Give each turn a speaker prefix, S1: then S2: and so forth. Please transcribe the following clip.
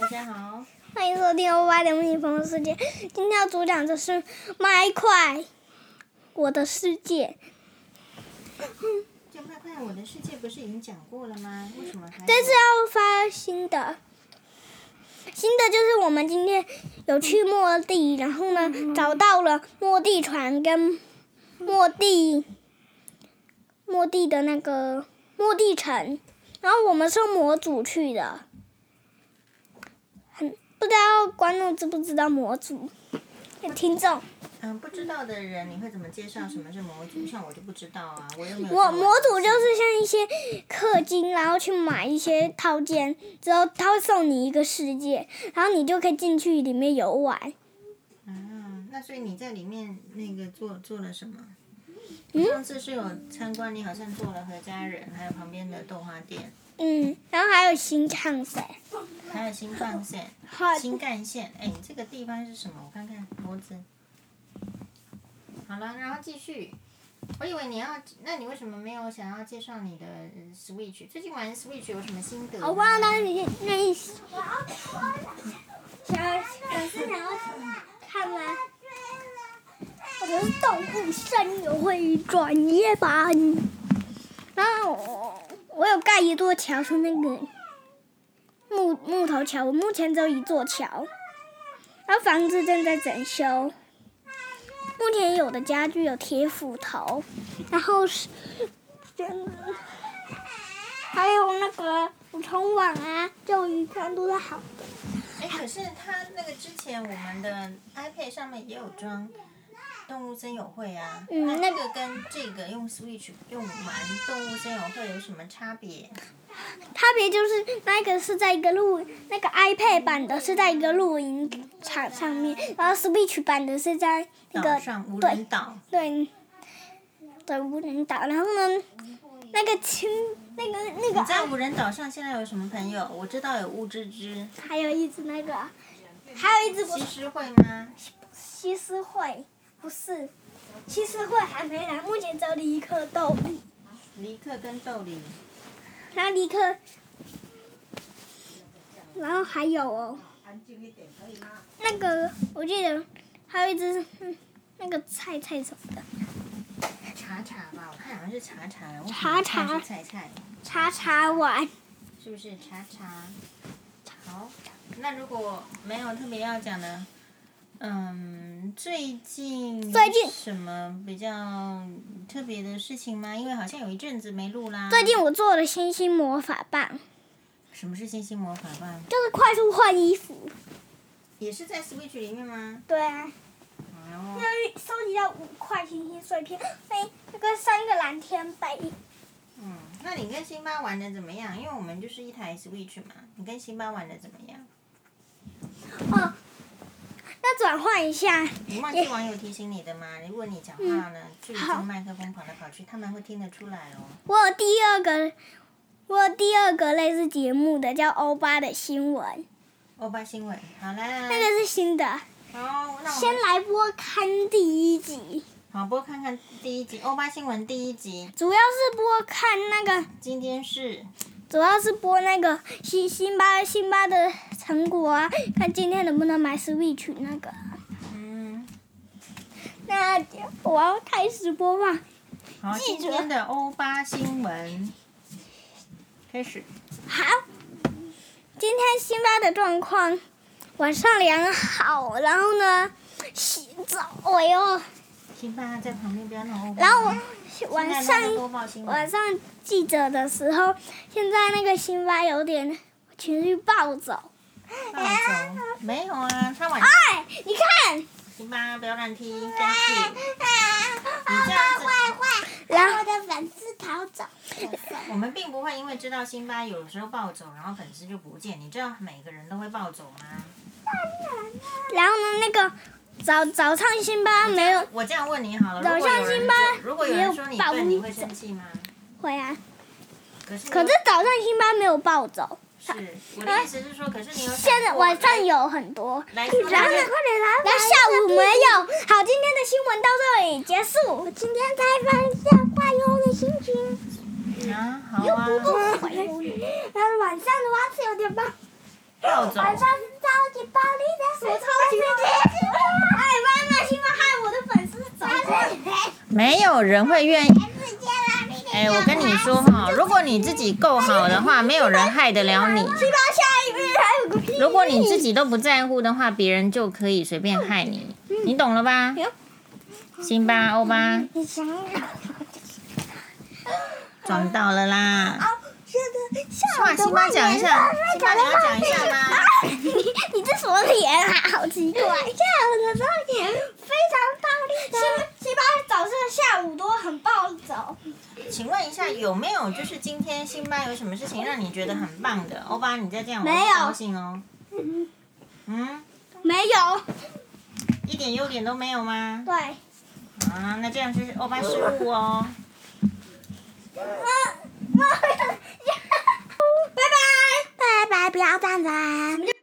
S1: 大家好，
S2: 欢迎收听欧巴的蜜蜂世界。今天要主讲的是麦块，我的世界。
S1: 这麦块我的世界不是已经讲过了吗？为什么还？
S2: 这次要发新的，新的就是我们今天有去末地，然后呢找到了末地船跟末地末地的那个末地城，然后我们是模组去的，很不知道观众知不知道模组，听众。
S1: 嗯，不知道的人你会怎么介绍什么是模组？像我就不知道啊，我又没有。
S2: 我模组就是像一些氪金，然后去买一些套件，之后他会送你一个世界，然后你就可以进去里面游玩。
S1: 嗯，那所以你在里面那个做做了什么？
S2: 嗯
S1: 我上次是有参观，你好像做了何家人，还有旁边的豆花店，
S2: 嗯，然后还有新唱噻，
S1: 还有新干线、
S2: 好
S1: 新干线。
S2: 嗯
S1: 哎，你这个地方是什么？我看看脖子。好了，然后继续。我以为你要，那你为什么没有想要介绍你的呃 Switch？最近玩 Switch 有什么心得？
S2: 好啊不让大家你愿意想想是想要看吗？我的动物声友会转夜班，然后我我有盖一座桥，是那个木木头桥，我目前只有一座桥，然后房子正在整修。目前有的家具有铁斧头，然后是，还有那个捕虫网啊、钓鱼竿都是好的。
S1: 哎，可是它那个之前我们的 iPad 上面也有装动物森友会啊，
S2: 嗯
S1: 那
S2: 那
S1: 这个跟这个用 Switch 用玩动物森友会有什么差别？
S2: 差别就是那个是在一个露，那个 iPad 版的是在一个露营场上面，然后 Switch 版的是在那
S1: 岛
S2: 个
S1: 上无人
S2: 对
S1: 岛，
S2: 对对无人岛，然后呢，那个亲那个那
S1: 你
S2: 个
S1: 在无人岛上现在有什么朋友？我知道有乌芝芝，
S2: 还有一只那个，还有一只不
S1: 西
S2: 是
S1: 施会吗？
S2: 西施惠，不是西施惠还没来，目前只有李克豆粒，
S1: 尼克跟豆梨，
S2: 然后李克，然后还有哦。
S3: 安静一点可以吗？
S2: 那个我记得还有一只、嗯、那个菜菜什么的，
S1: 查查吧，我看好像是查查，我怎么
S2: 查查
S1: 看是菜菜，
S2: 叉叉碗。
S1: 是不是查查？好，那如果没有特别要讲的，嗯，最近
S2: 最近
S1: 什么比较特别的事情吗？因为好像有一阵子没录啦。
S2: 最近我做了星星魔法棒，
S1: 什么是星星魔法棒？
S2: 就是快速换衣服。
S1: 也是在 Switch 里面吗？
S2: 对啊，
S1: 哦
S2: 要，收集到五块星星碎片，飞那个三个蓝天杯。
S1: 嗯，那你跟辛巴玩的怎么样？因为我们就是一台 Switch 嘛，你跟辛巴玩的怎么样？
S2: 哦，那转换一下，
S1: 你忘记网友提醒你的吗？
S2: 嗯
S1: 如果你讲话呢，距离这个麦克风跑来跑去，他们会听得出来哦。
S2: 我有第二个，我有第二个类似节目的叫欧巴的新闻，
S1: 欧巴新闻，好啦，
S2: 那个是新的，
S1: 好，那我们
S2: 嗯先来播看第一集。
S1: 好，播看看第一集《欧巴新闻》第一集，
S2: 主要是播看那个，
S1: 今天是
S2: 主要是播那个辛辛巴辛巴的成果啊，看今天能不能买 Switch 那个。
S1: 嗯，
S2: 那我要开始播放，
S1: 好，
S2: 记
S1: 今
S2: 者
S1: 天的欧巴新闻开始。
S2: 好。今天辛巴的状况晚上良好，然后呢，洗澡哟，
S1: 辛巴在旁边不要弄欧巴。
S2: 然后我晚
S1: 现在
S2: 上
S1: 那个播报新
S2: 晚
S1: 闻，
S2: 上记者的时候，现在那个辛巴有点情绪暴走。
S1: 暴走没有啊？他晚
S2: 哎，你看，
S1: 辛巴不要乱踢，生气。这样子
S2: 然后
S4: 我的粉丝逃走，
S1: 我们并不会因为知道辛巴有时候暴走，然后粉丝就不见。你知道每个人都会暴走吗？
S2: 然后呢，那个早早上辛巴没有
S1: 我这样问你好了，
S2: 早
S1: 如果有
S2: 上
S1: 人
S2: 辛巴
S1: 如果有人说你
S2: 也有暴
S1: 笨，你会生气吗？
S2: 回来，
S1: 可是你
S2: 可是早上辛巴没有暴走，
S1: 是我的意思是说，可是你有
S2: 现在
S1: 想过
S2: 晚上有很多。
S1: 来，
S2: 然后呢，然后下午没有。好，今天的新闻到这里结束。我今天采访一下怪优的心情。
S1: 啊，好啊，
S2: 然后晚上的话是有点棒。
S1: 暴走。
S4: 晚上是超级暴力的，什么超级暴力？哎，妈妈，起码害我的粉丝走了。
S1: 没有人会愿意。哎，我跟你说哈，如果你自己够好的话，没有人害得了你。
S4: 起码下一面还有个屁。
S1: 如果你自己都不在乎的话，别人就可以随便害你，你懂了吧？辛巴、欧巴
S4: 你想想，
S1: 撞到了啦！
S4: 啊，这个
S1: 哇，
S4: 下午的
S1: 辛巴
S4: 外
S1: 讲一
S4: 面
S1: 下，辛巴你要讲一下吗？
S4: 你 你这什么脸啊？好奇怪！下午的少年非常暴力的，七七八早上下午都很暴走。
S1: 请问一下，有没有就是今天辛巴有什么事情让你觉得很棒的？欧巴，你再这样我
S4: 没有
S1: 不高兴哦。嗯，
S4: 没有，
S1: 一点优点都没有吗？
S4: 对，
S1: 啊，那这样是欧巴失误哦。
S4: 嗯妈妈，拜拜，拜拜，不要站着。啊